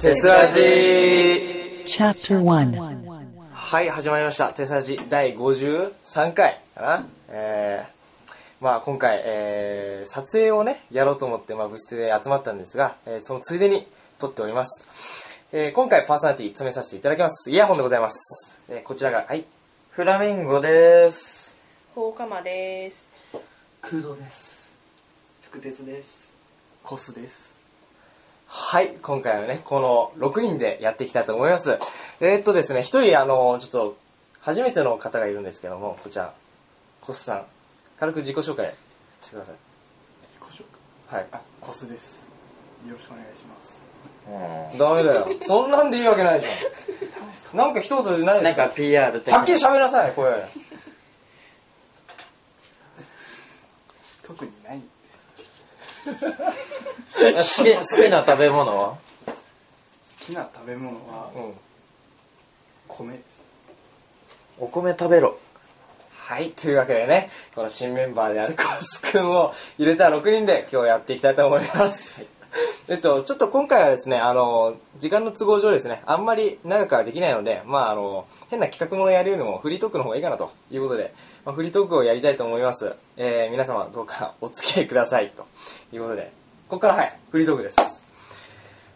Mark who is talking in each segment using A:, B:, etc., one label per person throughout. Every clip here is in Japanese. A: テスラジー
B: Chapter 1.
A: はい、始まりました。テスラジ第53回かな。えー、まあ今回、えー、撮影をね、やろうと思って、まあ部室で集まったんですが、えーそのついでに撮っております。えー、今回パーソナリティ詰めさせていただきます。イヤホンでございます。えー、こちらが、はい。
C: フラミンゴです。
D: 放課間です。
E: 空洞です福鉄ですコスです
A: はい、今回はね、この6人でやっていきたいと思います。えー、っとですね、一人、あの、ちょっと、初めての方がいるんですけども、こちら、コスさん、軽く自己紹介してください。
E: 自己紹介
A: はい。
E: あコスですよろしくお願いします
A: ダメだよ。そんなんでいいわけないじゃん。なんか一言でないで
C: な
A: す
C: んか
A: か
C: PR 的な
A: はっきり喋りなさい、声。
E: 特にないんです
C: 好き好きな食べ物は
E: 好きな食べ物は
A: うん。
E: 米です
C: お米食べろ。
A: はい、というわけでね、この新メンバーであるコスくんを入れた6人で今日やっていきたいと思います。えっと、ちょっと今回はですね、あの、時間の都合上ですね、あんまり長くはできないので、まああの、変な企画ものやるよりもフリートークの方がいいかなということで、まあ、フリートークをやりたいと思います。えー、皆様どうかお付き合いくださいということで、ここからはい、フリートークです。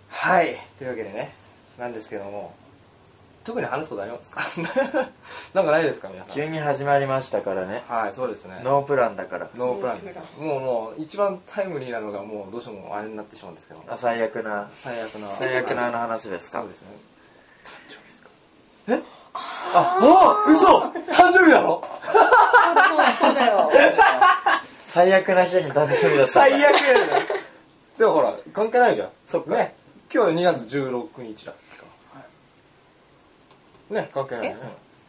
A: はい、というわけでね、なんですけども、特に話すことありますか なんかないですか皆さん。
C: 急に始まりましたからね。
A: はい、そうですね。
C: ノープランだから。
A: ノープランですよ。もうもう、一番タイムリーなのがもうどうしてもあれになってしまうんですけど。
C: あ最悪な、
A: 最悪な。
C: 最悪なあの話です
A: そ
C: か
A: うで。すね。誕生日ですかえあ、あ嘘誕生日なの
D: そうだよ。
C: 最悪な日に誕生日だった。
A: 最悪やじゃん。でもほら、関係ないじゃん。
C: そっか
A: ね。今日2月16日だっけか。ね、関係ないですね。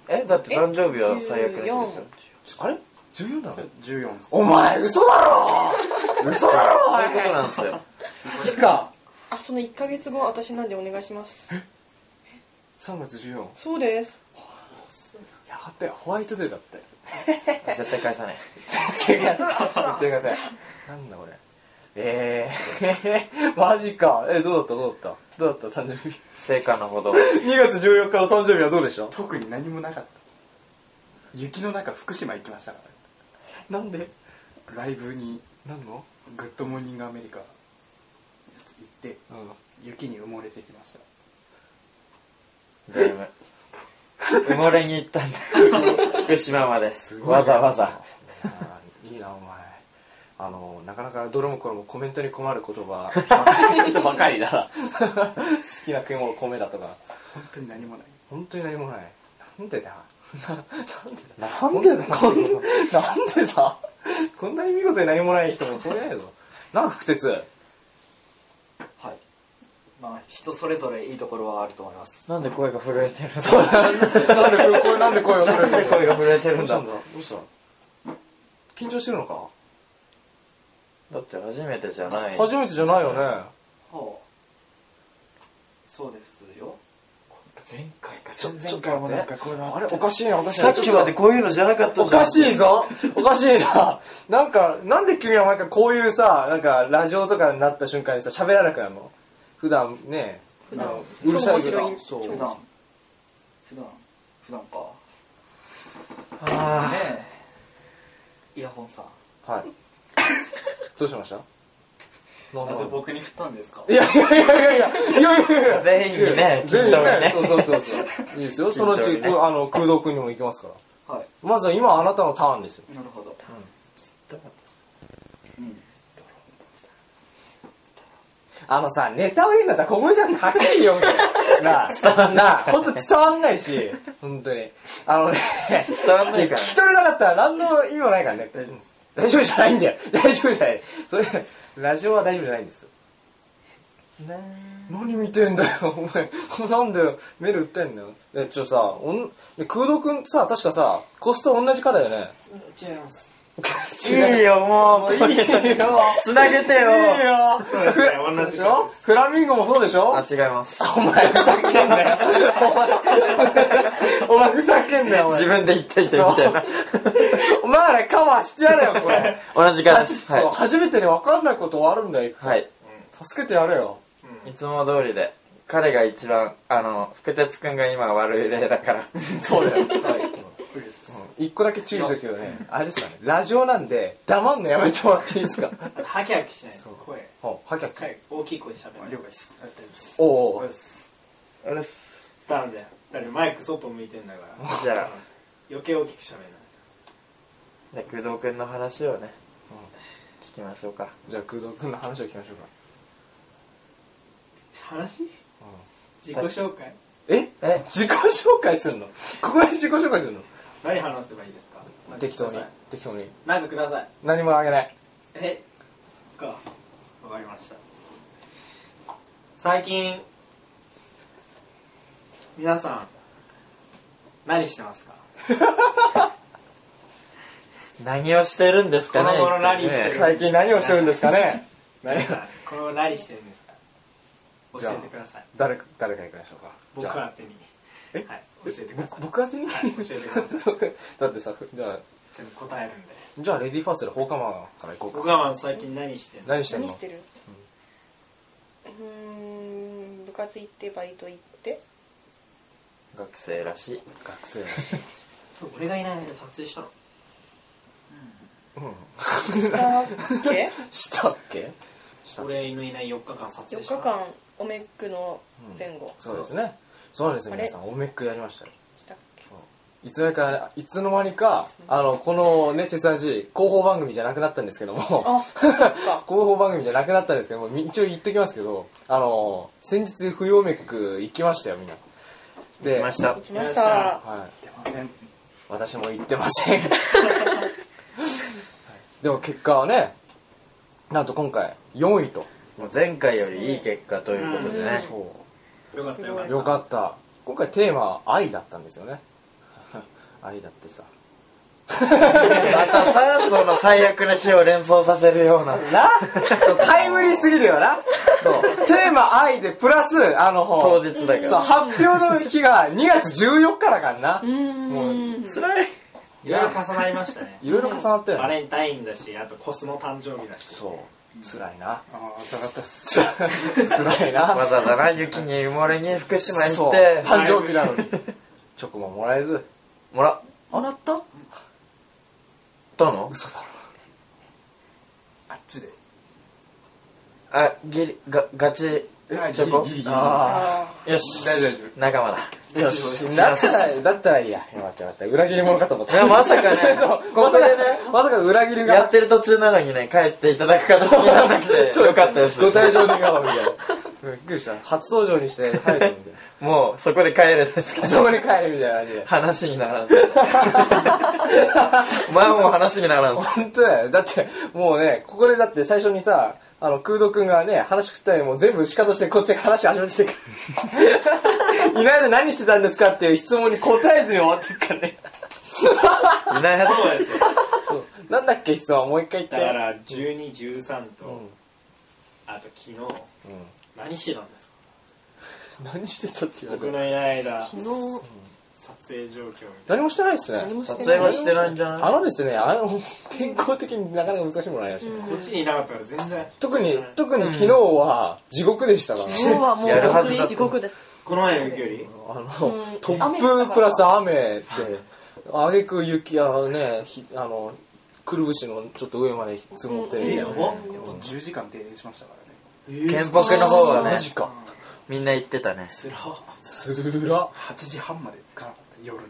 C: え、だって誕生日は最悪な日でしょ。
A: ちあれ ?14 なの
E: 14です
A: お前、嘘だ ろ嘘だろ
C: そういうことなんですよ。
A: マジか。
D: あ、その1ヶ月後、私なんでお願いします。
A: 3月14。や
D: そうです。
A: べえ、ホワイトデーだって。
C: 絶対返さない。
A: 言ってください。言ってください。なんだこれ。えー、マジか。え、どうだったどうだったどうだった誕生日。
C: 成果のほど。
A: 2月14日の誕生日はどうでした
E: 特に何もなかった雪の中福島行きましたか
A: なんで
E: らライブに
A: なんの
E: 「グッドモーニングアメリカ」行って
A: うん。
E: 雪に埋もれてきました
C: だいぶ。埋もれに行ったんだ。福島まで。
A: ごい
C: わざわざ。
A: あーいいな、お前。あの、なかなかどれもこれもコメントに困る言葉 ばかりだな。好きな食い物、米だとか。
E: 本当に何もない
A: 本当に何もない。なんでだ
C: なんでだ
A: こんなんでだこんなに見事に何もない人もそういないぞ。なんか不鉄。
F: はい。まあ、人それぞれいいところはあると思います。
C: なんで声が震えてるの
A: なんでこれなんで声を
C: なんで声が震えて
A: ど
C: る
A: うんした
C: だ
A: んだどうした緊張してるのか
C: だって初めてじゃない
A: 初めてじゃないよね
F: ほう。そうですよ。
C: 前回か
A: ちょちょっと待って
C: 前々回もなんかこういうの
A: あ
C: あ
A: れ
C: れ
A: おかしいなおかしい
C: さ
A: な
C: っきまでこういうのじゃなかった
A: お
C: じゃん
A: かしいぞおかしいななんかなんで君は毎回こういうさなんかラジオとかになった瞬間にさ喋らなくなるの普段ね
D: 普段
A: あのうるさいけ
D: 超面白
A: どそう
D: い
F: 普段。普段。普段か。
C: あ
F: ねえ。イヤホンさん。
A: はいどうしましたなんだ
F: なぜ僕に振ったんですか
A: いやいやいやいやいやいやいやいや
C: ー 全員にね
A: 全員
C: 均等に
A: そうそうそうそういいですよそのうち、
C: 均等にね
A: あの空洞君にも行きますから
F: は
A: まずは今あなたのターンですよ
F: い。なるほど。うん。
A: あのさ、ネタを言うんだったらここじゃなくてはっきり言おうぜ。なあ、伝わん なあ、ほんと伝わんないし、ほんとに。あ のね、
C: 伝わんない
A: 聞
C: から
A: き取れなかったら何の意味もないからね。大丈夫じゃないんだよ。大丈夫じゃない。それ、ラジオは大丈夫じゃないんです。何見てんだよ、お前。なんで目で売ってんのえ、ちょ、さ、おん空洞くんさ、確かさ、コスト同じかだよね。
C: いいよもう
A: いいよ。
C: つなげて
A: い
C: よ
A: いよ。フラ
C: 同じ
A: でしょフラミンゴもそうでしょ
C: あ違います
A: お前ふざけんなよ。お前、お前ふざけんなよ、 お前。
C: 自分で言っていてみたいな
A: お前あれカバーしてやれよ、これ。
C: 同じからです
A: そう、
C: は
A: 初めてに分かんないことはあるんだよ。
C: いはい
A: 助けてやれよ。
C: いつも通りで彼が一番あの福哲くんが今悪い例だ から
A: そうだよ。
E: 無理です
A: 一個だけ注意しとくけどね、あれですかね、ラジオなんで、黙んのやめてもらっていいですか
B: ハキハキしないと
A: そう
B: 声
A: ほう、はきゃき。
B: はい大きい声で喋
E: まあ
B: る
E: 了解ですありがとうございます
A: お
E: 了
A: うお
E: 解
A: う
E: です
C: あれっす
B: ダメだよだってマイク外向いてんだから
C: じゃあ
B: 余計大きく喋らない
C: じゃあ工藤くんの話をね聞きましょうか
A: じゃあ、工藤君の話を聞きましょうか。
B: 話自己紹介
A: え
C: え
A: 自己紹介するのここで自己紹介するの
B: 何話せばいいですかなんか
A: 適当
B: く
A: に
B: ださい。
A: 適当に。
B: なんかください
A: 何もあげない。
B: えそっかわかりました最近皆さん何してますか
C: 何をしてるんですかね
B: この頃何してる
C: ね
A: 最近何をしてるんですかね 何
B: この何してるんですか教
A: じゃあ
B: えてください
A: 誰か、誰か行きましょうか。
B: 僕
A: じゃあ
B: は手に
A: え
B: はい教えてください
A: 僕宛てに、
B: はい教えてくださ
A: だってさ、じゃあ、
B: 全部答えるんで
A: じゃあ、レディーファーストで放課マンから行こう
B: 僕
A: か。
B: はまあ最近何してんの
A: 何してん
D: 何
A: の
D: してるうーん部活行ってバイト行って
C: 学生らしい
A: 学生だし。
B: そう俺がいない間撮影したの
A: うん。
D: したっけ
A: したっけしたっけ
B: 俺のいない4日間撮
D: 4
B: 影
D: 日
B: した
D: 間おめっくの前後
A: そうですね。そうなんですよ、
D: あれ
A: 皆さん。おめっくやりましたよ。
D: したっけ
A: いつの間にか、いつの間にか、あの、このね、テスラジ、広報番組じゃなくなったんですけども、広
D: あそっか
A: 報番組じゃなくなったんですけども、み一応言っときますけど、あの、先日、不要めく行きましたよ、みんな。で、
C: 来ました
D: 行きました
A: はい。
E: 出ません
A: 私も行ってません。 はいでも結果はね、なんと今回、4位と。
C: もう前回よりいい結果ということでね、
A: そう
B: よかったよかった
A: よかった今回テーマは愛だったんですよね 愛だってさ
C: またさその最悪な日を連想させるような
A: なそうタイムリーすぎるよなそうテーマ愛でプラスあの
C: 当日だけ
A: そう
C: ど
A: 発表の日が2月14日だからな
D: うーん
C: 辛い
B: いろいろ重なりましたね
A: いろいろ重なったよ
B: バ
A: ね
B: レンタインだしあとコスの誕生日だし
A: そう辛いな
E: ああ疑ったっす
A: 辛いな
C: わざわざな雪に埋もれに福島
A: そう
C: 行って
A: 誕生日なのにチョコももらえず
C: もらっ
A: もらった
C: たの
A: 嘘だろ
E: あっちで
C: あギリがガチ
E: え
C: チョコ
E: ギリギリギリ
A: あ
D: あ
C: よし
E: 大丈夫
C: 仲間だ
A: あよしだったらだったらいいやよかったよかった裏切り者かと思っ
C: い
A: た
C: やまさ かね
A: そう
C: こ
A: ま
C: こ
A: さ
C: で
A: か
C: ね
A: ねまさか裏切りが
C: やってる途中なのにね帰っていただく形にならな くてよかったです
A: ご退場願顔みたいな。びっくりした。初登場にして帰るみたい
C: もうそこで帰るんです け
A: な。
C: ど
A: そこに帰るみたいな感じで。
C: 話にならんお 前も話にならん
A: 本当だよ。だって、もうね、ここでだって最初にさ、あの、空洞くんがね、話振ったりもう全部鹿としてこっちが話始めてて から。いないで何してたんですかっていう質問に答えずに終わってっからね。
C: いないやつ
B: そうですよ
A: そうなんだっけ質問もう一回言って。
B: だから1213
A: う
B: と、
A: ん。うん。
B: あと昨日何してたんですか
A: 何してたって言わ
B: 僕
A: れても。
B: のいない間
D: 昨日
B: 撮影状況みたいな
A: 何もしてないっすね
D: 何。もし
C: 撮
D: て
C: 影
D: な
C: はいしてないんじゃない
A: あのですね、あの、健康的になかなか難しいものないらしいね。
B: こっちにいなかったから全然
A: 特に、特に昨日は地獄でしたから、
D: 今日はもう
C: やるは
D: 本当
C: ずだった
D: に地獄です
B: この前の雪より
A: あの、
D: うん
A: 突
D: 雨降った
A: 風
D: から
A: プラス雨で、あげく雪やね、ひあの、くるぶしのちょっと上まで積もってるみたいな、ね。
B: うん
E: でも10時間停電しましたからね
C: 原木の方はね
A: マジか。
C: みんな言ってたね
B: つら
A: つるら。
E: 8時半までかなかった夜の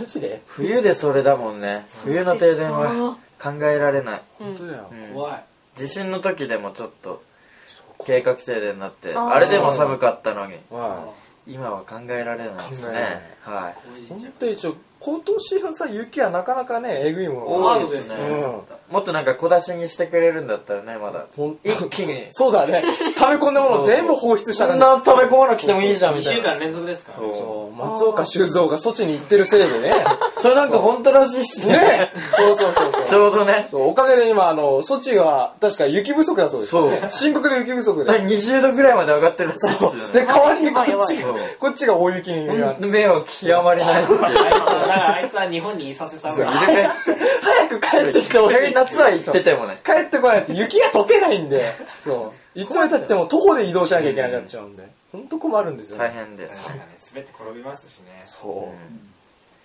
A: マジで、
C: 冬でそれだもんね冬の停電は考えられない、
D: うん
A: 本当だよ
C: う。ん、
B: 怖い
C: 地震の時でもちょっと
A: そう
C: 計画停電になって
D: あー
C: あれでも寒かったのに
A: は
C: 今は考えられないです
A: 考えられ
C: ねはい
B: こうい
A: い。
B: う神社
A: 本当にちょ、今年のさ、雪はなかなかね、えぐいもの
C: 多
A: が
C: いですね
A: うん。
C: もっとなんか小出しにしてくれるんだったらねまだ
A: ほん
C: 一気に
A: そうだね。溜め込んだものを全部放出した
C: そ
A: から
C: ん
A: ね。
C: な溜め込まなくてもいいじゃん
B: 2
C: みたい
B: 週
C: な
B: 間連続ですからね
C: そ
A: そう、松岡修造が措置に行ってるせいでね。
C: うそれなんか本当らしいっすね
A: ね そうそうそうそう。
C: ちょうどね
A: そう、おかげで今、あの、ソチは確か雪不足だそうです。
C: そう
A: 深刻で雪不足で。
C: 20度ぐらいまで上がってるらしいっすよね
A: で、代わりにこっち
C: やばいやば
A: が
C: い、
A: こっちが大雪に
C: ほんと目を極まりないっていう
B: あからあいつは日本にいさせた方がいい
A: 早く帰ってきてほしい。
C: 夏は行っててもね
A: 帰ってこないと雪が溶けないんで、そう。いつまで経っても徒歩で移動しなきゃいけなくなっちゃうんで、本当困るんですよね。
C: 大変です
B: 滑って転びますしね
A: そ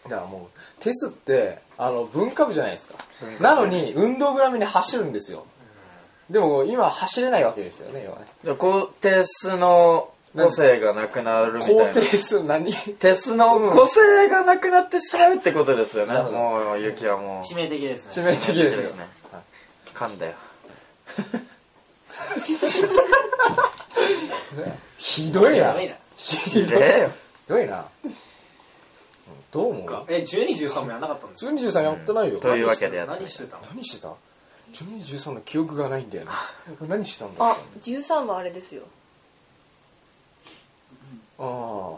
A: う。だからもう、テスって、あの、文化部じゃないですか。なのに、運動部並みに走るんですよ。でも、今走れないわけですよね、今ね。
C: 高定数の個性がなくなるみたい
A: 高
C: な
A: 定数何
C: テスの個性がなくなってしまうってことですよね、
A: なるほど
C: もう雪はもう
B: 致命的ですね
A: 致命的ですよ。
C: はい噛んだよ
A: ひどいな。
B: やばいな
A: ひどい。
C: ええよ
A: ひどいな。うんどう思う
B: え1213もやんなかったんですか
A: 12、13やってないよ。
C: というわけでやって
B: 何してたの
A: 何してた ?12、13の記憶がないんだよな。何してたんだろう
D: あ、13はあれですよ。
A: あ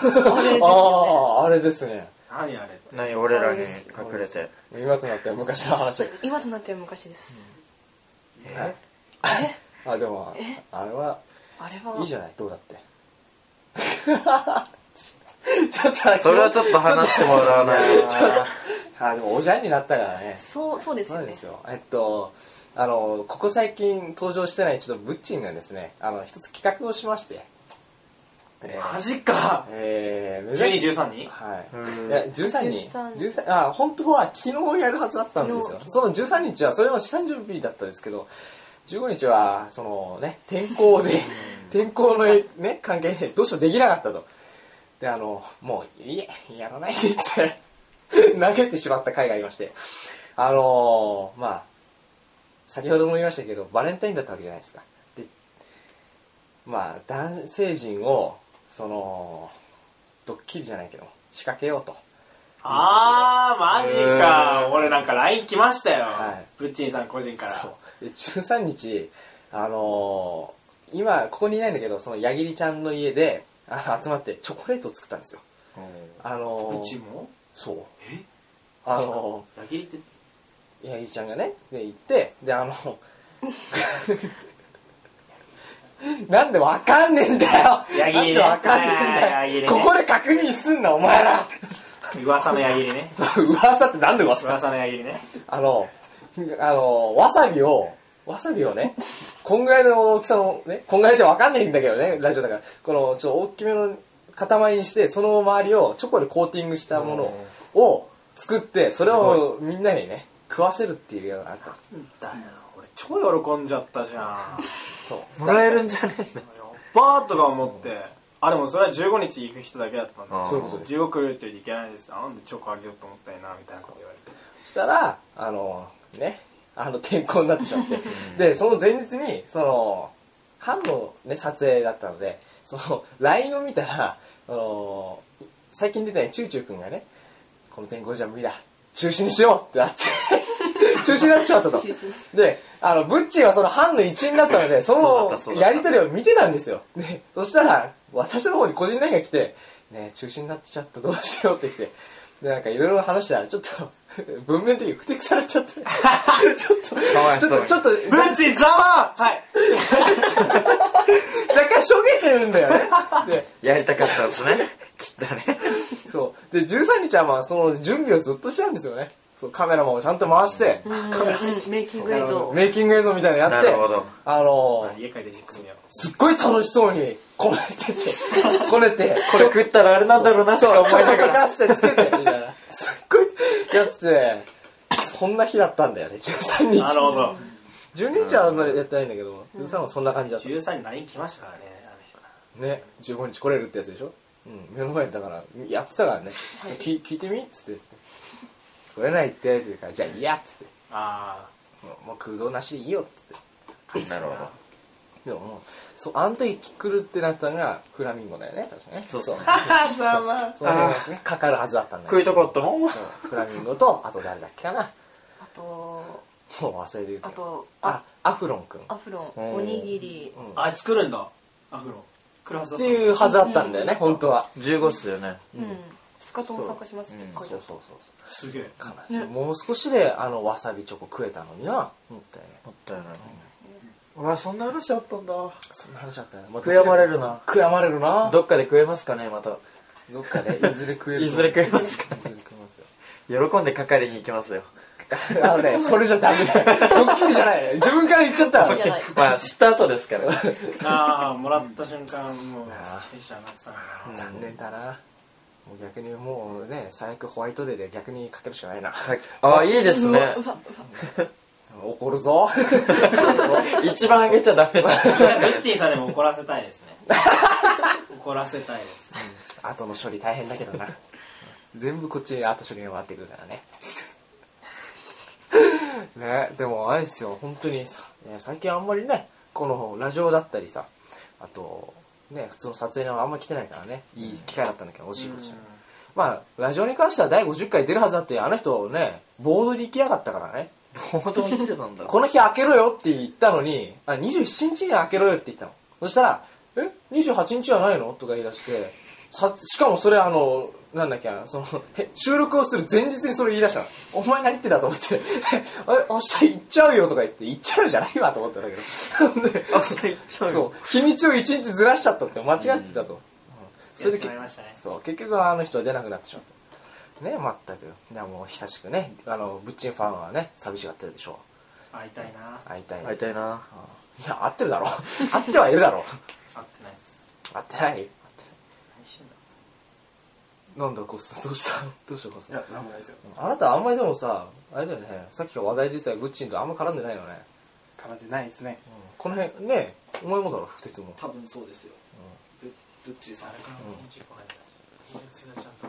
D: あれです
A: あ。
D: よ
A: ああ、あれですね。
B: 何あれって
C: 何俺らに隠れて
A: 今となっては昔の話
D: ね。今となっては昔です。
A: はいあでもあれは
D: あれは、
A: いいじゃないどうだって ちょっと
C: それはちょっと話してもらわないと
A: あでもおじゃんになったからね
D: そう、そうです
A: そう
D: よ
A: なん
D: ね
A: で。すよえっとあのここ最近登場してないちょっとブッチンがですねあの一つ企画をしましてえー
B: マジか
A: えー、珍しい
B: 1213に
A: は
C: う
A: い。
C: ん
A: いや、13日。
D: 13
A: 13あ、本当は昨日やるはずだったんですよ
D: 昨。日
A: その13日は、それの誕生日だったんですけど、15日は、そのね、天候で、天候のね、関係で、どうしようできなかったと。で、あの、もう、いえ、やらないでって、 投げてしまった回がありまして、あのーまあ、先ほども言いましたけど、バレンタインだったわけじゃないですか。で、まあ、男性陣を、その、ドッキリじゃないけど仕掛けようと
B: あーマジ
C: う
B: か
C: ん
B: 俺なんか LINE 来ましたよ
A: はい
B: ブッチンさん個人から
A: そうで13日あのー今ここにいないんだけどその矢切ちゃんの家であの集まってチョコレートを作ったんですよあ
B: ブ
A: の
B: ッ
A: ー
B: チンも
A: そう
B: え
A: あの
B: 矢切って
A: ー矢切ちゃんがねで行ってであの なんでわかんねえんだよ
B: 矢
A: なん
B: 切ね
A: でわかんねえんだよ、
B: 矢切ね
A: ここで確認すんなお前ら
B: 噂の矢切ね
A: そう噂ってなんで噂
B: 噂の矢切ね
A: あの、あの、わさびを、わさびをね、こんぐらいの大きさの、ね、こんぐらいってわかんないんだけどね、ラジオだから、この、ちょっと大きめの塊にして、その周りをチョコでコーティングしたものを作って、それをみんなにね、食わせるっていうようなのがあったんですよ。
B: だよ俺超喜んじゃったじゃん
A: そう。
C: もらえるんじゃねえ
B: バーとか思って、あ、でもそれは15日行く人だけだったんです
C: あー
A: そういうことです
B: 15来るって言うといけないです。あなんでチョコあげようと思ったよな、みたいなこと言われて。
A: そしたら、あの、ね、あの、天候になってしまって、で、その前日に、その、班のね、撮影だったので、その、LINE を見たら、あの、最近出たね、チューチューくんがね、この天候じゃ無理だ、中止にしようってなって、中止になってしまったと。で、あの、ブッチーはその班の一員だったので、そ
C: そうだったそう
A: の
C: だった
A: やりとりを見てたんですよ。で、そしたら、私の方に個人 LINE が来て、ねえ中止になっちゃった、どうしようって来て、で、なんかいろいろ話したら、ちょっと、 文面的に不適されちゃ って、ちょっ
C: かわ
A: と、ち
C: いそ
A: ょっ
C: う
A: と、
C: に
A: ちょっと、
B: ブッチざまはい
A: 若干しょげてるんだよね。で、
C: やりたかったんですね きっとね
A: そう。で、13日はまあ、その準備をずっとしてたんですよね。そう、カメラマンをちゃんと回して、
D: うんうんメイキング 映像。
A: メイキング映像みたいなのや
C: な
A: って
C: る、ほど
A: あのー
B: 家帰ってじっくり 見よう。
A: すっごい楽しそうにこねて て、こねて、
C: これ食ったらあれなんだろうなと
A: そう、
C: か思い
A: ちょっと
C: なが
A: 溶
C: ら
A: かしてつけて、みた いな。すっごいやつで、そんな日だったんだよね、13日。
B: なるほど。
A: 12日はあんまりやってないんだけど、13はそんな感じだった。
B: 13に LINE 来ましたからね、あの人が。
A: ね、15日来れるってやつでしょうん、目の前にだから、やってたからね。ちょ聞い聞いてみっつって。来れないって、って言うから、じゃあいいやっつって。
B: あ
A: もうもう空洞なしでいいよっつって。
B: ー。
C: なるほど
A: でももう、そう、あの時来るってなったのが、フラミンゴだよね、確かね。
C: そうそう
B: あざま
A: その辺がね、かかるはずだったんだけど
C: 食いたかったもん
A: そうフラミンゴと、あと誰だっけかな。
D: あと、
A: もう忘れてるけど。
D: あと、あ
A: あ、アフロンくん。
D: アフロ
C: うん
D: ン、おにぎり。
B: あ、作るんだ。アフロ。クラスだ
A: っ
B: ってた
A: いうはずだったんだよね、本当は。
C: 15っすよね
D: うん。2日とも参加しますって書いてある。
A: そうそう
B: すげえ。
A: そう。もう少しで、あの、わさびチョコ食えたのにな。みたいな。
C: もったいないうんうわそんな話あったんだ
A: そんな話だったよね。
C: 悔やまれるな
A: 悔やまれるな。
C: どっかで食えますかねまた
A: どっかでいずれ食える
C: いずれ食えますか
A: いずれ食えますよ
C: 喜んで係に行きますよ
A: あのねそれじゃダメだよドッキリじゃないね自分から言っちゃった
D: いいじゃない
C: まあ知った後ですから
B: ああもらった瞬間もう
A: あ
B: テンション上がってたな
A: 残念だなもう逆にもうね最悪ホワイトデーで逆にかけるしかないな
C: ああいいですね
D: うさうさ
A: 怒るぞ
C: 一番あげちゃダメだ
B: ミッチーさんでも怒らせたい ですね怒らせたいです
A: 後の処理大変だけどな 全部こっちに後処理が回ってくるからね ねでもあれですよ本当にさ、ね最近あんまりねこのラジオだったりさあとね普通の撮影のあんま来てないからねいい機会だったんだけどお仕事しないまあラジオに関しては第50回出るはずだってあの人ねボードに行きやがったからね
C: 本当に言ってたんだ
A: この日開けろよって言ったのに、あ、27日に開けろよって言ったの。そしたら、え ?28 日じゃないのとか言い出して、さ、しかもそれあの、なんだっけな、その、へ収録をする前日にそれ言い出したの。お前何言ってんだと思って、え、 明日行っちゃうよとか言って、行っちゃうじゃないわと思ったんだけど。で
C: 明日行っちゃうよ
A: そう、日にちを1日ずらしちゃったって間違ってたと。うんそれで
B: やってしまいましたね
A: そう結局あの人は出なくなってしまったね全くじゃあもう久しくねあのブッチンファンはね寂しがってるでしょ
B: 会いたいな
A: う会いたい
C: 会いたいな
A: うんいや、合ってるだろ。合ってはいるだろ。
B: 会ってないです
A: 合ってない。合って
B: 何してんだ
A: ないなんだ、コスタ、どうしたどうした、コス
E: い
A: タ
E: や。なんもないですよ
A: あなた、あんまりでもさ、あれだよね、さっきから話題出てたグッチンとあんま絡んでないよね。
E: 絡んでないですね
A: この辺、ね、お前もだろ、福鉄も。
F: 多分そうですよぶぶっちーさん
B: 誰からも25入った秘密がちゃんと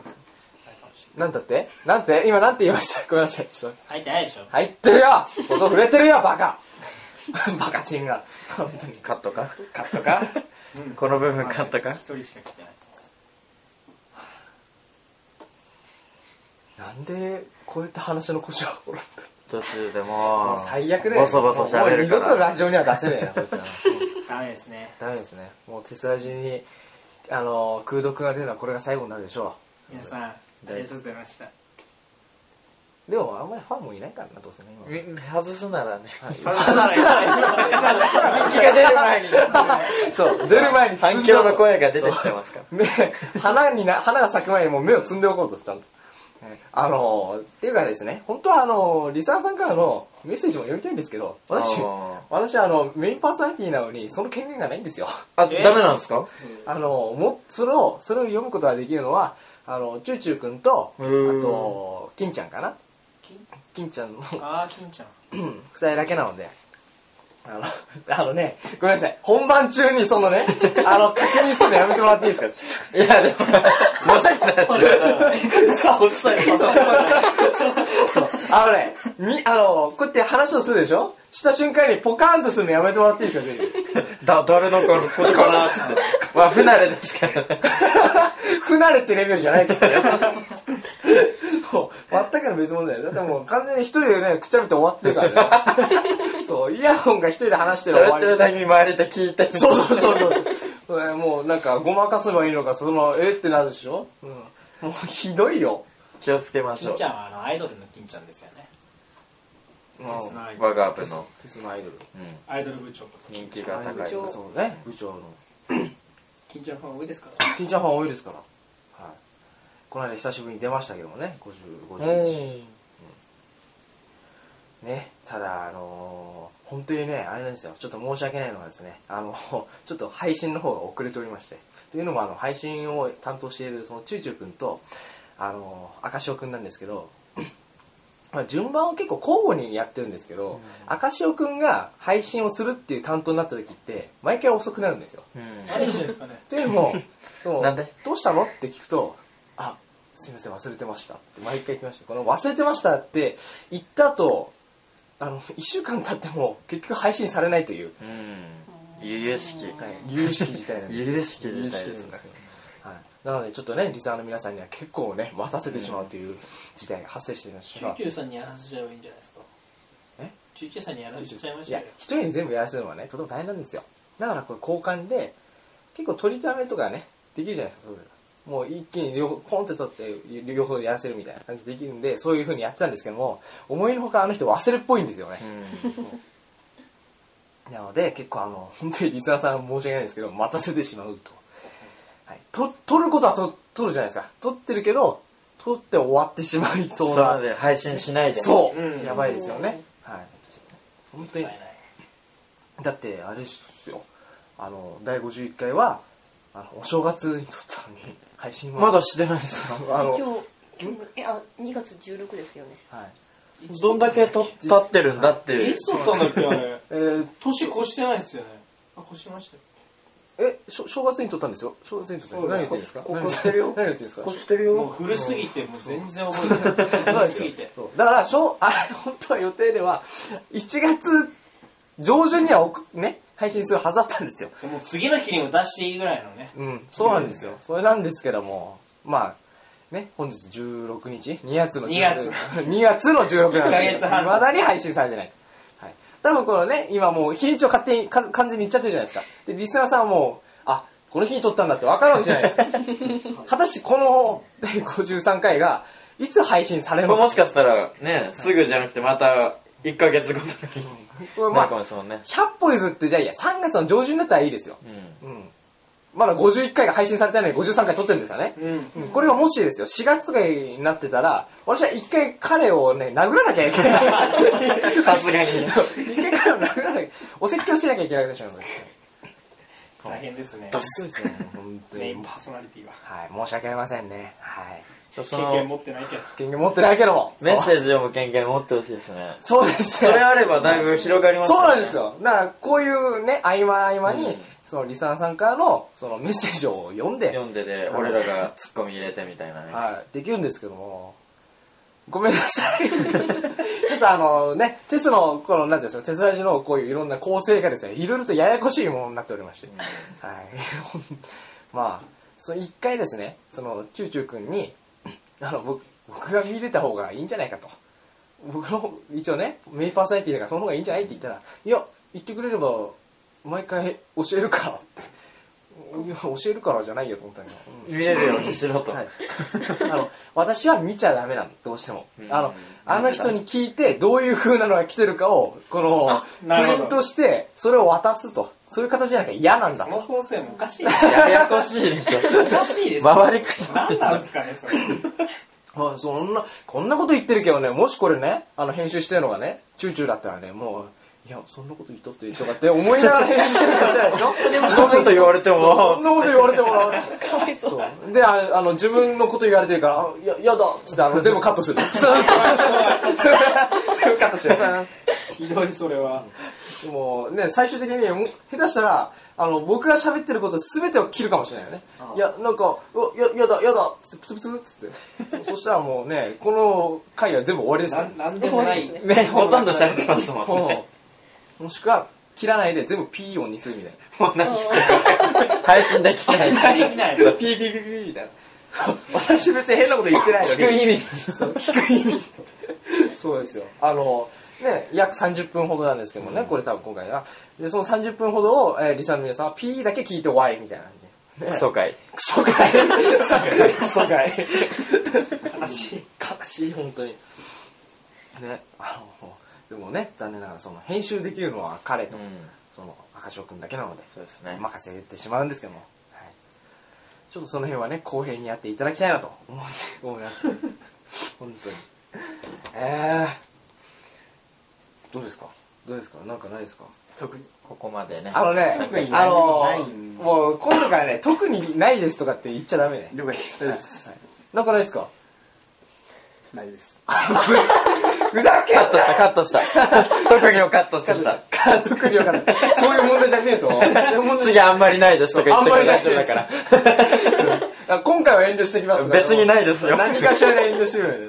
B: あれかもしれ
A: なんだってなんて今なんて言いましたごめんなさい。ちょっと。
B: ない入ってないでしょ
A: 入ってるよ音触れてるよ、バカ バカチンが。本当に。
C: カットか
A: カットか
C: この部分カットか
B: 一人しか来てない
A: なんで、こういった話の腰を折るんだ
C: 途中でも
A: もう
C: う
A: 最悪だよ。
C: ボソボソ喋るか
A: もう二度と
C: ら
A: ラジオには出せねえな、こいつは。
B: ダメですね
A: ダメですねもう手スラジにあの空洞くんが出るのはこれが最後になるでしょ
B: 皆さんありがとうございました
A: うでもあんまりファンもいないからなどうせね今
C: み外すならね
A: 気が出る 前にそう出る前に
C: 反響の声が出てきてますから
A: 目花にな花が咲く前にもう目を摘んでおこうとちゃんと、ねあのっていうかですね本当はあのリサーさんからのメッセージも読みたいんですけど私
C: あー
A: 私あのメインパーソナリティなのにその権限がないんですよ
C: あ、
B: えー
C: ダメなんですか
A: あのもそれをそれを読むことができるのはあのチューチューくんとあ
C: うーん
A: と金ちゃんかな
B: 金
A: 金ちゃんの
B: ああ金ちゃん
A: 二人だけなのであの あのねごめんなさい本番中にそのね あの確認するのやめてもらっていいですか
C: いや、でも、申し訳ないです。
A: あのねみあのこうやって話をするでしょした瞬間にポカーンとするのやめてもらっていいですかぜひ
C: だ、誰のこことかなっつって。 まあ、不慣れですからね。
A: 不慣れってレベルじゃないけどねそう全くの別物だよだってもう完全に一人でねくっちゃべって終わってるからねそうイヤホンが一人で話してる
C: 喋って
A: り
C: るだけに周りで聞いて。
A: そうそうそうそう。そ れもうなんかごまかせばいいのかそのままえってなるでしょ、うん、もうひどいよ、
C: 気をつけましょ
B: 金
C: う
B: ち。ゃんはあのアイドルの金ちゃんですよね
A: うん、
B: フェスのアイド
C: 我
B: ル
C: が部の、
A: フェスのアイドル
C: うん
B: アイドル部長
C: 人気が
A: ア
C: 高
A: イ
C: い
A: ド。ルそうね部長の
B: 金ちゃんファン多いですから
A: 金ちゃんファン多いですから、はい、この間久しぶりに出ましたけどもね50 51、うん、ねただあのー本当にねあれなんですよちょっと申し訳ないのがですねあの ちょっと配信の方が遅れておりましてというのもあの配信を担当しているそのチューチュー君とあのー赤潮君なんですけどまあ順番を結構交互にやってるんですけど、赤潮君が配信をするっていう担当になった時って毎回遅くなるんですよ
C: うん
B: 何してるんですかね
A: というのもそう
C: なんで
A: どうしたのって聞くと「あすいません忘れてました」って毎回来ましたこの「忘れてました」って言った後あの1週間経っても結局配信されないという
C: うん。悠々しき。
A: 有識事態なん です
C: 悠々しき
A: 有
C: 自
A: 識
C: 体で
A: ですす
C: ね。
A: はい、なのでちょっとねリサーの皆さんには結構ね待たせてしまうという事態が発生していまし
B: チ
A: た
B: ューチューさんにやらせちゃえばいいんじゃないですか
A: え
B: チューチューさんにやらせちゃいま
A: い
B: しょう
A: や
B: よ
A: 一人に全部やらせるのはねとても大変なんですよだからこれ交換で結構取りためとかねできるじゃないですかそういうのもう一気に両方ポンって取って両方やらせるみたいな感じでできるんでそういうふうにやってたんですけども思いのほかあの人忘れっぽいんですよね、なので結構あの本当にリスナーさん申し訳ないですけど待たせてしまうと、はい、と取ることはと撮るじゃないですか撮ってるけど撮って終わってしまいそう
C: そう
A: な
C: なんで配信しないで
A: そう、
B: うん
A: やばいですよね、はい本当にだってあれですよあの第51回はあのお正月に撮ったのに配信は
C: まだしてないですか
A: あの
D: 今日今日えあ2月16ですよね
A: はい
C: どんだけと立ってるんだってい
B: いうつ撮ったんだっけあれ
A: えー
B: 年越してないですよねあ越しましたよ
A: えしょ正月に撮ったんですよ正月に撮ったんです何言ってんですか
F: ここしてるよ
A: 何何言ってんですか
F: してる
B: もう古すぎてもう全然覚えてない古すぎて
A: そうだからしょうあれ本当は予定では1月上旬には送ね配信するはずだったんですよ
B: もう次の日にも出していいぐらいのね
A: うんそうなんですよそれなんですけどもまあね本日16日2月の16
B: 2月
A: 2月の16なんです
B: 一ヶ月半
A: ま だに配信されてないはい多分このね今もう日にちを勝手にか完全に言っちゃってるじゃないですかでリスナーさんはもうあこの日に撮ったんだって分かるわけじゃないですか 果たしてこの 第53回がいつ配信されるの
C: もしかしたらねすぐじゃなくてまた1ヶ月後とかに
A: これま
C: なる
A: あ
C: かもしれないね
A: 100歩譲ってじゃあいや3月の上旬だったらいいですよ、
C: うん
A: うん、まだ51回が配信されてないのに53回撮ってるんですからね、
B: うん
A: うんこれがもしですよ4月とかになってたら私は一回彼をね殴らなきゃいけない
C: さすがに
A: 一回彼を殴らなきゃお説教しなきゃいけなくなっちゃうので
B: 大変ですね
A: そうですよね本当
B: メイ
A: に
B: ンパーソナリティは
A: はい申し訳ありませんねはい
C: そ
B: 経験
C: の
B: 持ってないけど
A: 権限持ってないけども
C: メッセージをも権限持ってほしいですね
A: そうそうです
C: そ
A: よ
C: れあればだいぶ広がります
A: そうなんです
C: よ
A: よだからこういうね合間合間に、
C: うん
A: そのリサーさんからのそのメッセージを読んで
C: 読んでで俺らがツッコミ入れてみたいなね
A: はい、できるんですけども、ごめんなさい。 ちょっとあのね、テスの、この、なんていうんですか、テスラジのこういういろんな構成がですね、いろいろとややこしいものになっておりまして、はい。 ほんまあ、その一回ですね、その、チューチュー君に、あの、僕、僕が見れた方がいいんじゃないかと。僕の、一応ね、メインパーソナリティだからその方がいいんじゃないって言ったら、いや、言ってくれれば、毎回教えるからって。いや教えるからじゃないよと思ったんだけど。うん
C: 見れるようにしろと
A: はい、 あの私は見ちゃダメなのどうしても
C: うん
A: あのあの人に聞いてどういう風なのが来てるかをこの
B: な
A: プ
B: るほど
A: リントしてそれを渡すとそういう形じゃなきゃ嫌なんだ
B: その
A: と
B: 構成もおかしいで
C: ややこしいで しょ
B: すおかしいです
C: 回りく
B: 何なんですかねそれ
A: あそんなこんなこと言ってるけどねもしこれねあの編集してるのがねチューチューだったらねもういやそんなこと言っとってとかって思いながら編集してる感じじゃないでしょ
C: どんなこと言われて
A: そ
C: も
A: んなこと言われて もなそうでああの自分のこと言われてるからあ「いややだ」っつってあの 全部カットする全部カット して
B: ひどいそれは
A: もうね最終的にもう下手したらあの僕が喋ってること全てを切るかもしれないよねいやなんか「うわややだやだ」つってプツプツっつってそしたらもうねこの回は全部終わりですよ
B: なんなんでもない
C: ねほとんど喋ってますもんね
A: うんもしくは切らないで全部ピー音にするみたい
C: もう何 してるか配信できないし
B: できな
A: な
B: い
A: ピーピーピーピーみたいなそう 私別に変なこと言ってないのに
C: 聞く意味
A: そう聞く意味そうですよあのね約30分ほどなんですけどもね、これ多分今回はでその30分ほどを、えーリサの皆さんは P だけ聞いて終わりみたいな感じ
C: クソかい
A: クソかいクソかい悲しい悲しい本当にねあのでもね残念ながらその編集できるのは彼
C: う
A: と、
C: ん
A: その赤潮君だけなので
C: そうですね
A: 任せてしまうんですけども、はい、ちょっとその辺はね公平にやっていただきたいなと思って思います本当にえー、どうですかどうですかなんかないですか
F: 特に
C: ここまでね
A: あのね
F: 特に
A: あの
F: ない
A: もう今度からね特にないですとかって言っちゃダメね
F: 了解です大丈夫です
A: なんかないですか
F: ないです
A: ふざけん
C: カットしたカットした 特技をカットしてきた
A: な 特によかったそういう問題じゃねえぞ
C: 次あんまりないですとか言ってくれ
A: そうあんまりないです
C: だか
A: あ今回は遠慮してきますとから
C: 別にないですよ
A: 何かしらで遠慮してるよね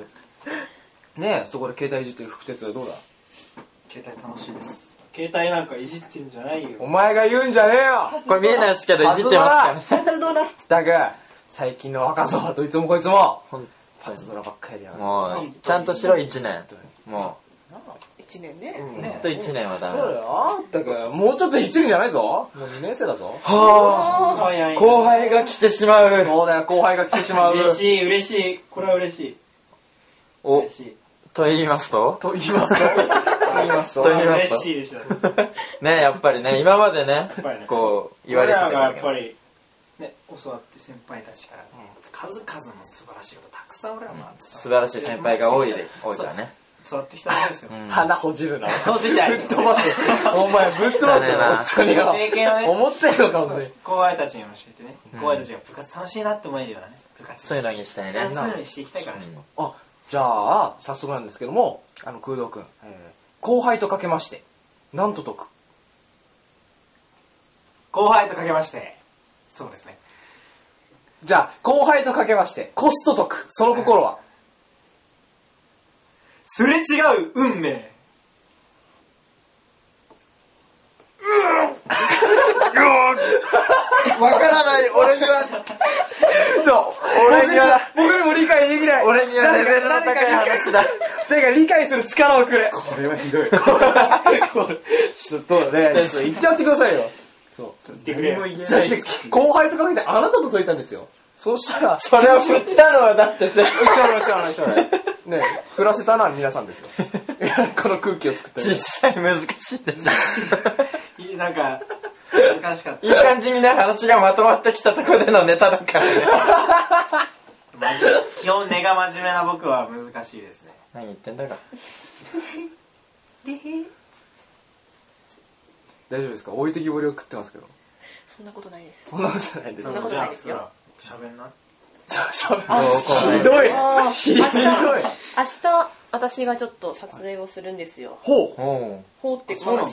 A: ねえそこで携帯いじってる副鉄はどうだ
F: 携帯楽しいです
B: 携帯なんかいじってんじゃないよ
A: お前が言うんじゃねえよ
C: これ見えないですけどいじってますからね
A: パズドラったく最近の若造はどいつもこいつもパズドラばっかりだよ
C: もうちゃんとしろ1年も
D: 1年ね、
A: うん
C: うほんと1年はダ
A: そ
C: メ
A: うだよあったくもうちょっと一年じゃないぞもう2年生だぞ
C: は
B: 早
C: あ
B: い
C: 後輩が来てしまう
A: そうだよ後輩が来てしまう
B: 嬉しい嬉しいこれは嬉しい
C: お
B: 嬉しい
C: と言いますと
A: と言いますとと言いますと
C: と言います
B: 嬉
C: と
B: しいでしょ
C: ねやっぱりね今までね
B: ぱりね
C: こう言わ
B: 俺
C: れて
B: ら
C: た
B: がや
C: わ
B: っ
C: け
B: ぱりね、教わって先輩たちから、数々の素晴らしいことたくさん俺はまあ、
C: 素晴らしい先輩が多いで多いからね
B: 教わってきたわけですよ、
C: うん
A: 鼻ほじるな。
B: そうじない
A: ぶっ飛ばす。お前、ぶっ飛ばすよ、本当によ
B: 経験をね
A: 思ってるのか、本当に。
B: 後輩たちにも教えてね、
C: うん
B: 後輩たちが部活楽しいなって思えるようなね部活
C: そういうのにしたいね
B: そういうのにしていきたいからね、
A: あ、じゃあ、早速なんですけども、あの、空洞くん、えー後輩とかけまして、なんと解く。
B: 後輩とかけましてそうですね
A: じゃあ、後輩とかけまして、コスト解く。その心は、
B: すれ違う運命
A: わからない、俺には。そう、俺には、僕にも理解できない。俺にはレベルの高い話だ。誰か理解する力をくれ。これはひどい。ちょっとね、ちょっと言ってやってくださいよ。そう。
B: 言ってくれよ
A: だって、後輩とかけてあなたと解いたんですよ。そうしたら、
C: それを振ったのはだってさ
A: 後ろの後ろの後ろね振らせたのは皆さんですよ この空気を作って
C: 実
A: る
C: 際難しいでしょ
B: いいなんか難しかっ
C: いい感じにね話がまとまってきたところでのネタだから ね
B: た真面目基本根が真面目な僕は難しいですね
C: 何言ってんだか
D: でへ
A: 大丈夫ですか置いてきぼりを食ってますけど
D: そんなことないです
A: そんなことじゃないです
D: そんなことないですよ
B: じゃあそら喋んな
A: しゃしゃ
C: あ
A: ひどい
D: あー
A: ひどい
D: 明日私がちょっと撮影をするんですよ
A: ほ
C: おお
D: ほうって
B: そうなんだ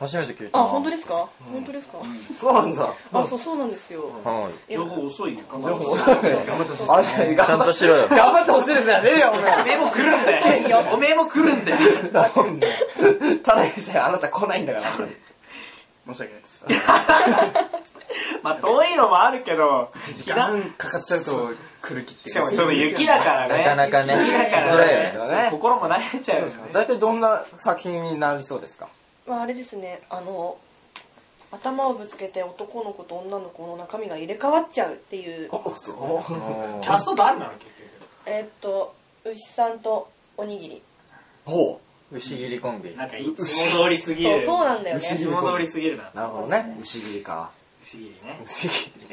C: 初めて聞いた
D: あ
C: な
D: 本当ですか本当ですか
A: うそうなんだ
D: あそうそうなんですよ
C: は
D: え
C: い
B: 情報遅いよ
A: でもあれ
C: ちゃん
A: 頑張
C: と
A: っ
C: し ろよ
A: 頑張ってほしいですよねえよお前
B: おめえも来るんだよおめえも来るんだよ
A: なんでただでさえあなた来ないんだから
E: 申し訳ないです
B: まあ遠いのもあるけど
A: 時間かかっちゃうと来る気って
B: しかもちょっと雪だ からね
C: なかなかね
B: 雪だか
C: それ
B: ら
A: よ
B: ね心も慣れちゃうよね
A: 大体どんな作品になりそうですか
D: まあ、あれですねあの頭をぶつけて男の子と女の子の中身が入れ替わっちゃうっていう
A: そう
C: お
B: キャスト誰なの結
D: えーっと牛さんとおにぎり
A: ほ
C: ー牛切りコンビ
B: 局なんかいつも通りすぎ
D: そう
B: る
D: そうなんだよね
A: 牛
B: いつも通りすぎるな
A: うなるほどね牛切りか
B: 不思議ね
A: 牛切り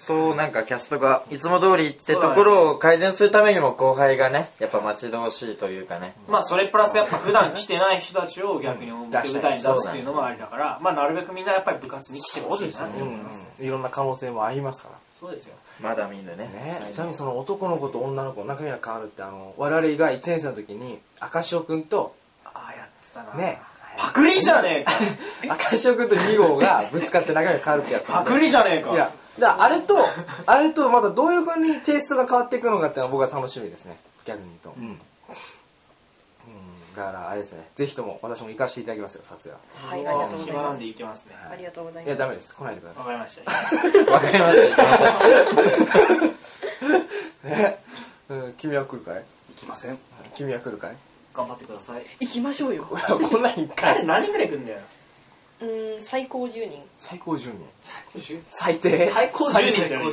C: そうなんかキャストがいつも通りってところを改善するためにも後輩がねやっぱ待ち遠しいというかね
B: まあそれプラスやっぱ普段来てない人たちを逆に表舞台に出すっていうのもありだからまあなるべくみんなやっぱり部活に来てほしいなって思いますね
A: うんいろんな可能性もありますか
B: そうですよ
C: まだ見ぬね
A: らねちなみにその男の子と女の子の中身が変わるってあの我々が1年生の時に赤潮くんと
B: ああやってたな
A: ね
B: パクリじゃねえか
A: 赤潮くんと2号がぶつかって中身が変わるってやった
B: パ
A: ん
B: ク
A: で
B: リじゃねえか
A: いやだからあれとあれとまたどういうふうにテイストが変わっていくのかっていうのは僕は楽しみですね逆に言うと、うんだからあれですねぜひとも私も行かせていただきますよ撮影は
D: はいありがとうござい
B: 暇な
D: ま
B: ん
D: す
B: でいけますね
D: ありがとうござい
A: い
D: ま
A: や
D: す
A: ダメです来ないでくださ
B: わかりました
C: わかりまし
A: い、
C: た
A: ね うん、君は来るかい
E: いきません
A: 君は来るかい
F: 頑張ってください
D: 行きましょう よ
A: 来ないんか
B: あれ
A: い
B: 何ぐらい来んだよ
D: うーん最高10人
A: 最高10人
B: 最高10
A: 最低
B: 最高10人だよ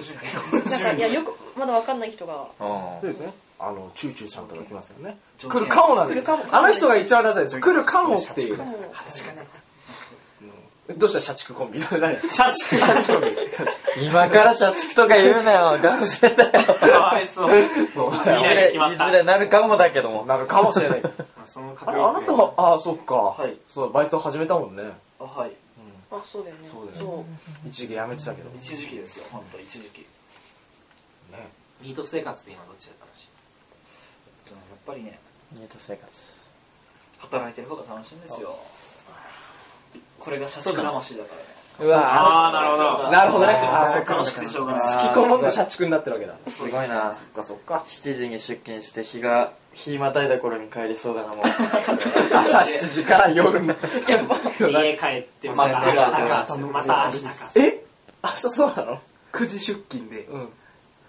D: なんかいやよくまだわかんない人が
A: そうですね。あの、チューチューちゃんとか来ますよね。
F: 条
A: 来
F: 件
A: る かもなんで
D: 来
A: す
D: るかも
A: あの人が一番なぜです。来るかもっていう。
D: もう
A: どうした社畜コンビ何
B: 社畜
A: 社畜 コンビ。
C: 今から社畜とか言うなよ男性だよ
B: かわいそう
A: もう
B: いやいや決ま
C: い
B: っ
C: ず
B: た
C: れなるかもだけども
A: なるかもしれない。
B: まあその
A: あ
B: 確
A: れ、あなたは、ああ、そっか。
F: い
A: そう、バイト始めたもんね。
F: あはい
D: あそうだよね
A: そうだよね
D: そ
A: 一時期辞めてたけど。ね。
F: 一時期ですよ本当一時期で
B: ニート生活って今どっちが楽しい
F: もやっぱりね
C: ニート生活
F: 働いてる方が楽しいんですよこれが社畜魂だからね
A: うわ
B: あーなるほ
A: ー
B: ど
A: なるほどね。あー、
B: あー
A: そっか
B: 楽
A: そ
B: し
A: っか。
B: くて
A: 引
B: しょうがない
C: 好
A: きこもって社畜になってるわけだ。
C: すごいな
A: そっかそっか。
C: 7時に出勤して日が日またいだ頃に帰りそうだなもう
A: 朝7時から夜の。
B: 家帰ってまた明日かまた明日か
A: え明日そうなの
E: 9時出勤で
A: うん。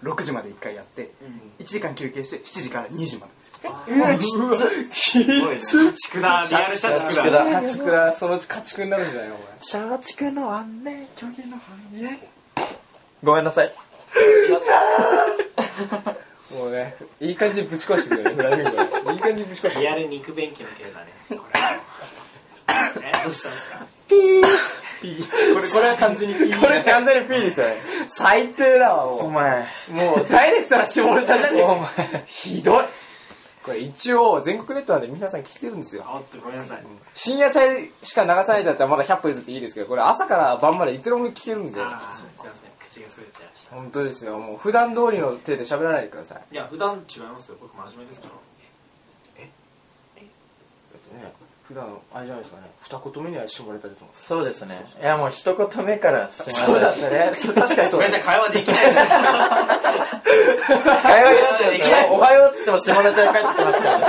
E: 6時まで1回やって1時間休憩して7時から2時までです
A: うわきつ
B: 社畜だリアル社
C: 社
B: 畜
C: 畜
B: だ
C: だ
A: 社畜だそのうち家畜になるんじゃないお前
C: 社畜のあんね虚偽の半ねごめんなさい
A: もうねいい感じにぶち壊してくれるフラミンゴいい感じにぶち壊してくれ
B: リ
A: る
B: アル肉弁慶の系だねこれえどうしたんですか
C: ピー
A: P これこれは完全に P これ完全に P ですよね最低だわ
C: お
A: も
C: 前
A: うもうダイレクトな下ネタじゃね
C: お前
A: えひどいこれ一応全国ネットなんで皆さん聞いてるんですよ
B: あっとごめんなさい
A: 深夜帯しか流さないんだったらまだ100歩譲っていいですけどこれ朝から晩までいつでも聞けるんで
B: あーすいません口が滑っちゃいました
A: 本当ですよもう普段通りの手で喋らないでください
B: いや普段違いますよ僕真面目ですから
A: 普段あれじゃないですかね二言目には絞れたですもん
C: そうですねいやもう一言目からすい
A: そうだったねそう確かにそう
B: ごめんなさい会話できないです
C: 会話になってるんですよおはようっつっても下ネタで帰ってきますからね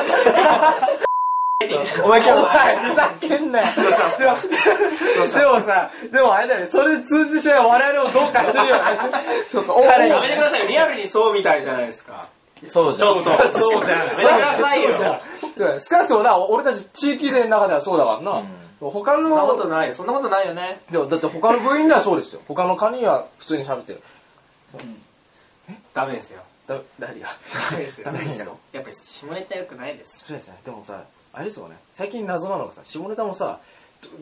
C: お前今
A: お
C: 日
A: 前ふざけんなよでもさでもあれだよねそれで通じてしまう我々をどうかして るよねそうかお前
B: やめてくださいよリアルにそうみたいじゃないですか
C: そうじゃん
B: そうそうそうじゃんやめてくださいよ
A: そうじゃん少なくともな俺たち地域勢の中ではそうだからな、他
B: そんなこと
A: の
B: ないよそんなことないよね
A: いやだって他の部員にはそうですよ他の課には普通に喋ってる
B: ダメですよ
A: だ誰が
B: ダメですよ
A: ダメですよ
B: やっぱり下ネタ良くないです
A: そうですねでもさあれですよね最近謎なのがさ下ネタもさ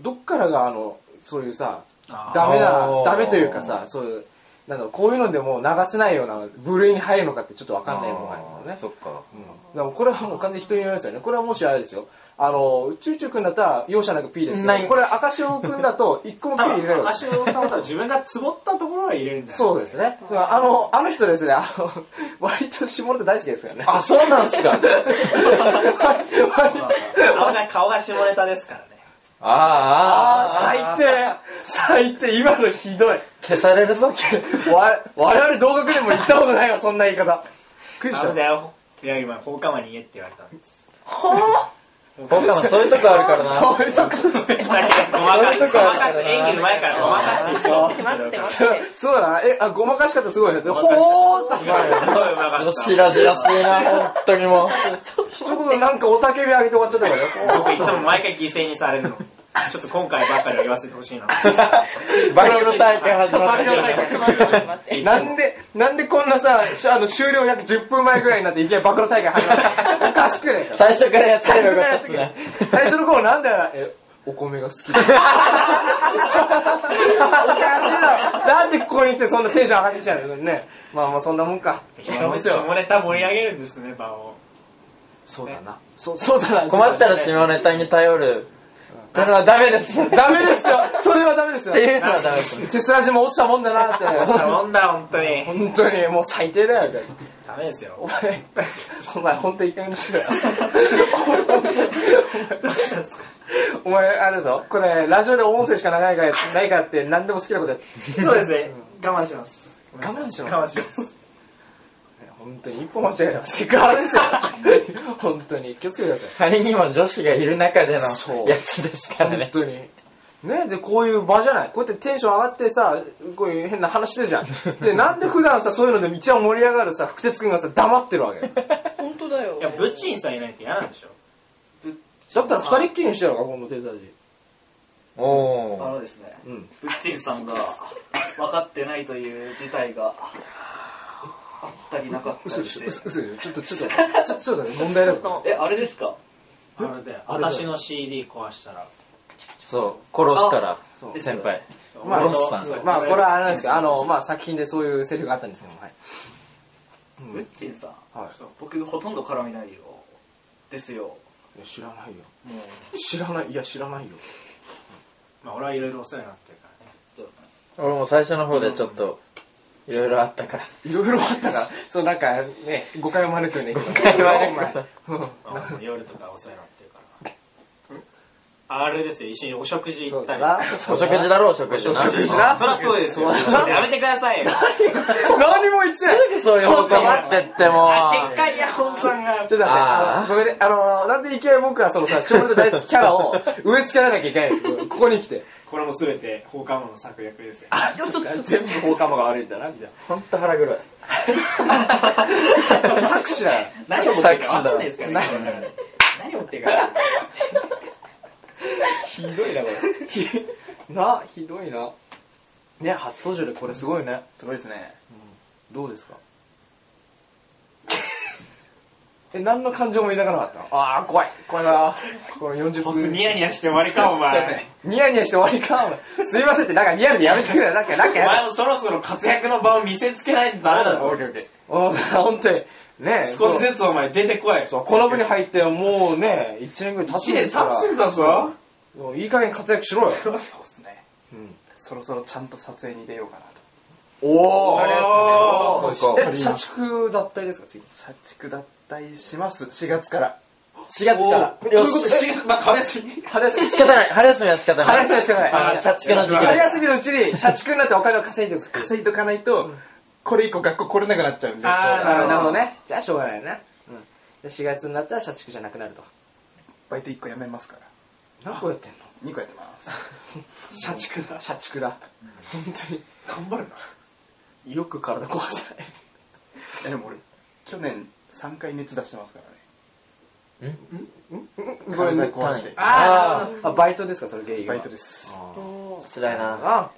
A: どどっからがあのそういうさ
B: あー
A: ダメな
C: あー
A: ダメというかさそういうなんだろうこういうのでもう流せないような部類に入るのかってちょっと分かんないものがありますよね
C: そっか
A: うん、でもこれはもう完全に人によりますよねこれはもしあれですよあのチューチュー君だったら容赦なく P ですけ
C: ない
A: どこれ赤潮君だと一個も P
B: 多
A: 入れない
B: 分
A: わけ
B: 赤潮さんは多分自分がつぼったところは入れるんじゃない
A: そうですねそうあのあの人ですねあの 割と下ネタ大好きですからね
C: あそうな んすか
A: 割と
B: あんまり顔が下ネタですからね
C: あーあ
A: あー最低最低今のひどい
C: ー消されるぞ
A: わ我々同学でも言ったことないわそんな言い方びっくりし
B: あ
A: た
B: のだよいや今放課間に言えって言われたんです
C: 僕らもそういうとこあるからな
A: そういうとこ
B: だけどごま
C: そ
B: かす
C: ういうと
B: ご
C: こあ
B: ま
C: る
B: か
C: からな
B: す演技の前からごまかしてそうす
D: 待って待
A: そ
D: っ
A: う
D: て
A: そうだなえあごまかし方すごいねほーっと
B: ごいうまかった
C: しらじらしいな本当にもう
A: 一言なんか雄たけび上げて終わっちゃったからね
B: 僕いつも毎回犠牲にされる のちょっと今回ばっかりは言わせてほしいな
C: バリの大会始まっ
A: バリの
C: た
A: 大会
D: 待って待って待 って
A: なんで、なんでこんなさ、しあの終了約10分前ぐらいになっていきなり暴露大会始まったおかしくねえか
C: 最初からやって
A: 最
C: れば
A: 初
C: よ
A: か
C: からった
A: や
C: っ
A: つ
C: すね
A: 最初の頃なんだよ、え、お米が好きです。おかしいだろ。なんでここに来てそんなテンション上がってきちゃうのね。まあまあそんなもんか。
B: 下ネタ盛り上げるんですね場を
A: そうだな。そう、 そうだな。
C: 困ったら下ネタに頼るってのはダメですっ
A: ダメですよ。それはダメですよ
C: て。いうのはダメです
A: テスラジも落ちたもんだなって。
B: どうしたもんだ本当に
A: 本当にもう最低だよ。
B: ダメですよ
A: お前、お前本当にいい加減にしろよ。
B: どうしたんですか
A: お前あれだぞこれラジオで音声しか流れないからないからって何でも好きなことやって
B: そうですね我慢します
A: 我慢します
B: 我慢します
A: 本当に一歩間違えたらセクハラですよ本当に気をつけてくだ さい
C: 仮にも女子がいる中で
A: そう
C: のやつですから
A: 本
C: ね
A: 当にねでこういう場じゃないこうやってテンション上がってさこういう変な話してるじゃんでなんで普段さそういうので道は盛り上がるさ福哲君がさ黙ってるわけだっ
D: 本当だよ
B: いやブッチンさんいないって嫌なんでしょ
A: たら二人っきりにしてやろうか今度手伝い
C: お
F: あ
C: お
F: のですね
A: うん
F: プッチンさんが分かってないという事態があったりなかった
A: 嘘
F: り
A: でしょ
F: して
A: 嘘嘘でしょちょっとちょっとちょっとちょっと問題だ
D: ちょっ
A: ぞ
D: と
F: えあれですか
B: あのね私の CD 壊したら
C: そう殺すから
A: そう
F: です
C: 先輩
A: まあ
C: ロスさん
A: そうまあこれはあれなんですけどあのまあ作品でそういうセリフがあったんですけどもはい
F: ブッチンさん
A: はい
F: 僕ほとんど絡みないよですよ
A: いや知らないよ
F: も
A: 知らないいや知らないよ
B: まあ俺はいろいろお世話になってるからね
F: う
C: 俺も最初の方でちょっといろいろあったから
A: いろいろあったからそうなんかね誤解を招くよね誤
C: 解を招く
B: まあもう夜とかお世話になってるからあれですよ一緒にお食事行
A: そ
B: っ
A: う
B: た
A: だ
B: り
A: な
C: お食事だろお食事
A: お
C: な
A: 食事
B: そり
A: な
B: ゃそうですよ
A: そうだな
B: やめてくださいよ
A: 何も言ってない
C: そういうこと待ってってもう
B: あ結果いや本当に
A: ちょっと待ってあのごめんねあのなんでいきなり僕はそのさ下ネタ大好きキャラを植え付けられなきゃいけないんですけ どここに来て
B: これも全て放課後の策略ですよ
A: あちょっと全部放課後が悪いんだなみたい
C: 本当腹黒い
A: な作詞だよ
F: 何を持ってるか分かんないですからね何を持ってるか分かんない
A: ひどいなこれひなひどいなね初登場でこれすごいね
E: すごいですね
A: どうですかえ何の感情も抱かなかったのああ怖い怖いなこの40
B: ボス
A: 分
B: ニヤニヤして終わりかお前
A: ニヤニヤして終わりかお前すいませんってなんかリアルでやめてくれなんかなんか
B: お
A: やだ
B: 前もそろそろ活躍の場を見せつけないとダメだ
A: オ
B: ぞ
A: ッケーオッケーお本当にね
B: 少しずつお前出てこい
A: そうこの部に入ってもうね1年ぐらい経つ
B: 1
A: んで
B: 年
A: すから
B: 経つんだぞ
A: もういい加減活躍しろよ、
E: そうですね
A: うん、
E: そろそろちゃんと撮影に出ようかなと
A: おお
B: ありがとう
C: もう一個
A: え社畜脱退ですか次
E: 社畜脱退します4月から
C: 4月から
B: ということでまあ春休み
A: 春休み
C: 仕方ない春休みは仕方ない
A: 春休みしかない
C: あー社畜の時期
A: 春休みのうちに社畜になってお金を稼いでおく
E: 稼いとかないとこれ以降学校来れなくなっちゃうんです
B: あーなるほど
A: なるほどねじゃあしょうがないよね、うん、で4月になったら社畜じゃなくなると
E: バイト1個辞めますから
A: 何個やってんの
E: 2個やってます
B: 社畜だ
A: 社畜だ本当に
B: 頑張るな
A: よく体壊さない
E: いやでも俺去年3回熱出してますからね体壊して
B: あ
A: あバイトですかそれ原因は
E: バイトです
D: うん
C: 辛いな
A: あ
B: あ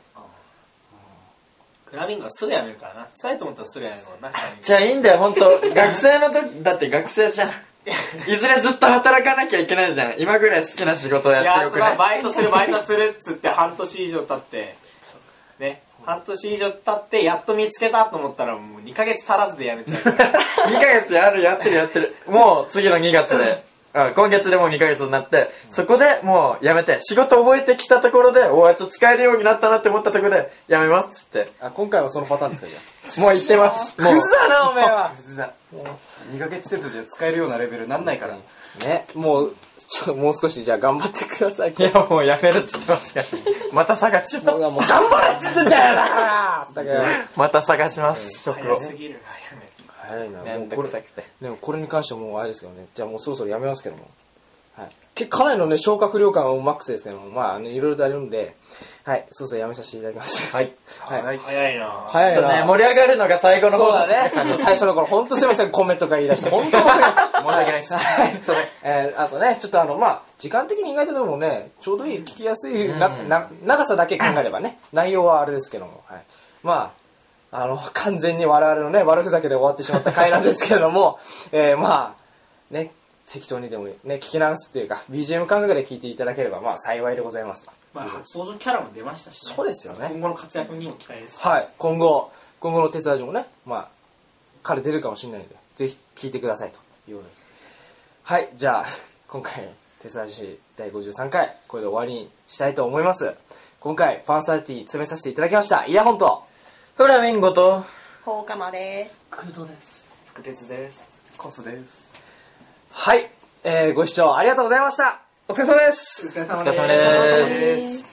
B: フラミンゴはすぐやめるからな辛いと思ったらすぐやめるもんな
C: じゃあいいんだよ本当学生の時だって学生じゃんいずれずっと働かなきゃいけないじゃん今ぐらい好きな仕事をやって
B: や
C: よ
B: っ
C: く
B: と
C: ない
B: バイトするバイトするっつって半年以上経ってね半年以上経ってやっと見つけたと思ったらもう2ヶ月足らずでやめちゃうから
C: 2ヶ月やるやってるやってるもう次の2月でうん今月でもう2ヶ月になってそこでもうやめて仕事覚えてきたところでおあちょっと使えるようになったなって思ったところでやめますっつって
A: あ今回はそのパターンですかじゃ
C: もう行ってますもう
A: あなおめえは
E: 別だ2ヶ月程度じゃ使えるようなレベルになんないから
A: ねもうちょもう少しじゃあ頑張ってください
C: いやもうやめるっつってますからまた探しま
A: もう
C: す
A: もう 頑張れっつってんだよだからだ から
C: また探します職
B: 早
C: を
B: すぎるからやめる
A: 早いな
C: め
A: もうん
C: ど
A: こ
C: く
A: れ
C: さくて
A: でもこれに関してはもうあれですけどねじゃあもうそろそろやめますけども、はい、けかなりのね消化不良感はマックスですけどもまあ、ね、いろいろとあるんではいそろそろやめさせていただきますはい、 はい、
E: い
B: 早いな
A: 早い
C: ちょっとね
A: な
C: 盛り上がるのが最後の
A: そう
C: 方
A: だねあの最初の頃本当すいませんコメントが言い出して本当申し訳ない
C: 申し訳ないです
A: はい、 それ、えーあとね、ちょっとあの、まあ、時間的に意外とでもね、ちょうどいい、聞きやすいな、
C: うん
A: な、長さだけ考えればね、内容はあれですけども、はい。まあ、あの、完全に我々のね、悪ふざけで終わってしまった回なんですけれども、 えーまあ、ね、適当にでもね、聞き流すというか、BGM 感覚で聞いていただければ、まあ、幸いでございますと。
B: まあ初登場キャラも出ましたしね
A: そうですよね
B: 今後の活躍にも期待ですし
A: はい、今後、今後の鉄ラジもね、まあ、彼出るかもしれないので、ぜひ聞いてくださいということではい、じゃあ、 今回の鉄ラジ第53回、これで終わりにしたいと思います。今回、ファンサーティー詰めさせていただきました。イヤホンと、
C: フラミンゴと
D: 放課まで
B: 空洞です
F: 福鉄です
E: コスです
A: はい、えー、ご視聴ありがとうございました。お疲れ様です。
B: お疲れ
C: お
B: 様
C: 疲れ様
B: す
C: です
D: す